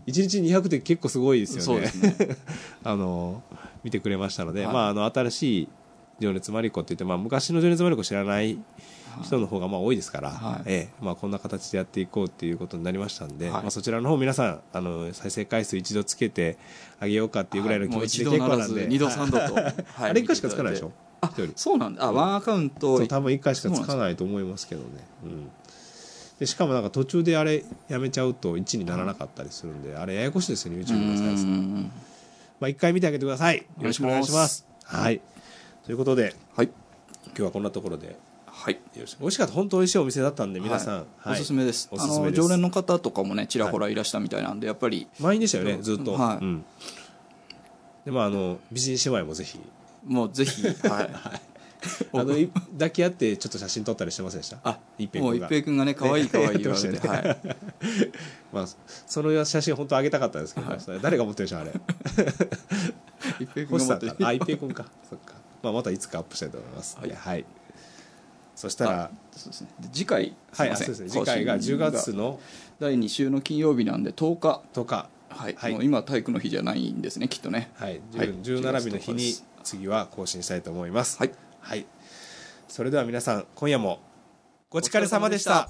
[SPEAKER 1] 日200って結構すごいですよね
[SPEAKER 2] うですね
[SPEAKER 1] あの見てくれましたので、
[SPEAKER 2] はい
[SPEAKER 1] まあ、あの新しい「情熱マリコ」って言って、まあ、昔の「情熱マリコ」知らない人の方がまあ多いですから、
[SPEAKER 2] はい
[SPEAKER 1] ええまあ、こんな形でやっていこうっていうことになりましたんで、
[SPEAKER 2] はい
[SPEAKER 1] まあ、そちらの方皆さんあの再生回数一度つけてあげようかっていうぐらいの気
[SPEAKER 2] もう
[SPEAKER 1] 持
[SPEAKER 2] 一
[SPEAKER 1] ちで
[SPEAKER 2] 度
[SPEAKER 1] 結
[SPEAKER 2] な
[SPEAKER 1] 構
[SPEAKER 2] ら
[SPEAKER 1] なん
[SPEAKER 2] ず
[SPEAKER 1] で、
[SPEAKER 2] 二度三度と、はい
[SPEAKER 1] あれ1回しかつかないでしょ
[SPEAKER 2] あ
[SPEAKER 1] 一人
[SPEAKER 2] そうなんだあワンアカウント
[SPEAKER 1] そう多分1回しかつかないと思いますけどね、うん、でしかもなんか途中であれやめちゃうと1にならなかったりするんであれややこしいですよね
[SPEAKER 2] う
[SPEAKER 1] YouTube の再生
[SPEAKER 2] ん
[SPEAKER 1] まあ、1回見てあげてくださいよ
[SPEAKER 2] お願
[SPEAKER 1] ろ
[SPEAKER 2] い
[SPEAKER 1] し
[SPEAKER 2] し
[SPEAKER 1] く
[SPEAKER 2] ます
[SPEAKER 1] お願いしますはいということで
[SPEAKER 2] はい
[SPEAKER 1] 今日はこんなところでよ
[SPEAKER 2] はい
[SPEAKER 1] ろしく美味しかった本当美味しいお店だったんで皆さん、
[SPEAKER 2] おすすめです,、
[SPEAKER 1] おすす
[SPEAKER 2] あ
[SPEAKER 1] めで
[SPEAKER 2] の
[SPEAKER 1] す
[SPEAKER 2] 常連の方とかもねちらほらいらしたみたいなんでやっぱり
[SPEAKER 1] 満員でしたよねずっと、
[SPEAKER 2] はい
[SPEAKER 1] うんでまああの美人姉妹もぜひ
[SPEAKER 2] もうぜひ、 はい、
[SPEAKER 1] あのい抱き合ってちょっと写真撮ったりしてませんでした
[SPEAKER 2] あ
[SPEAKER 1] 一平
[SPEAKER 2] もう
[SPEAKER 1] 君が
[SPEAKER 2] 一平君がね可愛い可愛い
[SPEAKER 1] や
[SPEAKER 2] 言
[SPEAKER 1] ってま
[SPEAKER 2] わ
[SPEAKER 1] したよ
[SPEAKER 2] れ
[SPEAKER 1] ね
[SPEAKER 2] て、はい、
[SPEAKER 1] まあその写真本当あげたかったんですけど、それ誰が持ってるでしょあれ
[SPEAKER 2] 一平君
[SPEAKER 1] 星さ
[SPEAKER 2] が持
[SPEAKER 1] んか
[SPEAKER 2] ってる
[SPEAKER 1] あ一平君かそっか、まあ、またいつかアップしたいと思います
[SPEAKER 2] はい
[SPEAKER 1] はい、そしたら
[SPEAKER 2] あそうですねで次回す
[SPEAKER 1] はいい、
[SPEAKER 2] ま
[SPEAKER 1] あ
[SPEAKER 2] せ
[SPEAKER 1] そ
[SPEAKER 2] ん
[SPEAKER 1] うですね次回が10月
[SPEAKER 2] 更新
[SPEAKER 1] の
[SPEAKER 2] が第2週の金曜日なんで10日
[SPEAKER 1] 10日
[SPEAKER 2] はい、
[SPEAKER 1] はい
[SPEAKER 2] もう今体育の日じゃないんですねきっとね
[SPEAKER 1] はい、
[SPEAKER 2] はい
[SPEAKER 1] 17日の日
[SPEAKER 2] 10
[SPEAKER 1] に
[SPEAKER 2] 月10
[SPEAKER 1] 次は更新したいと思います
[SPEAKER 2] はい、
[SPEAKER 1] はい、それでは皆さん今夜もごちかれ様でした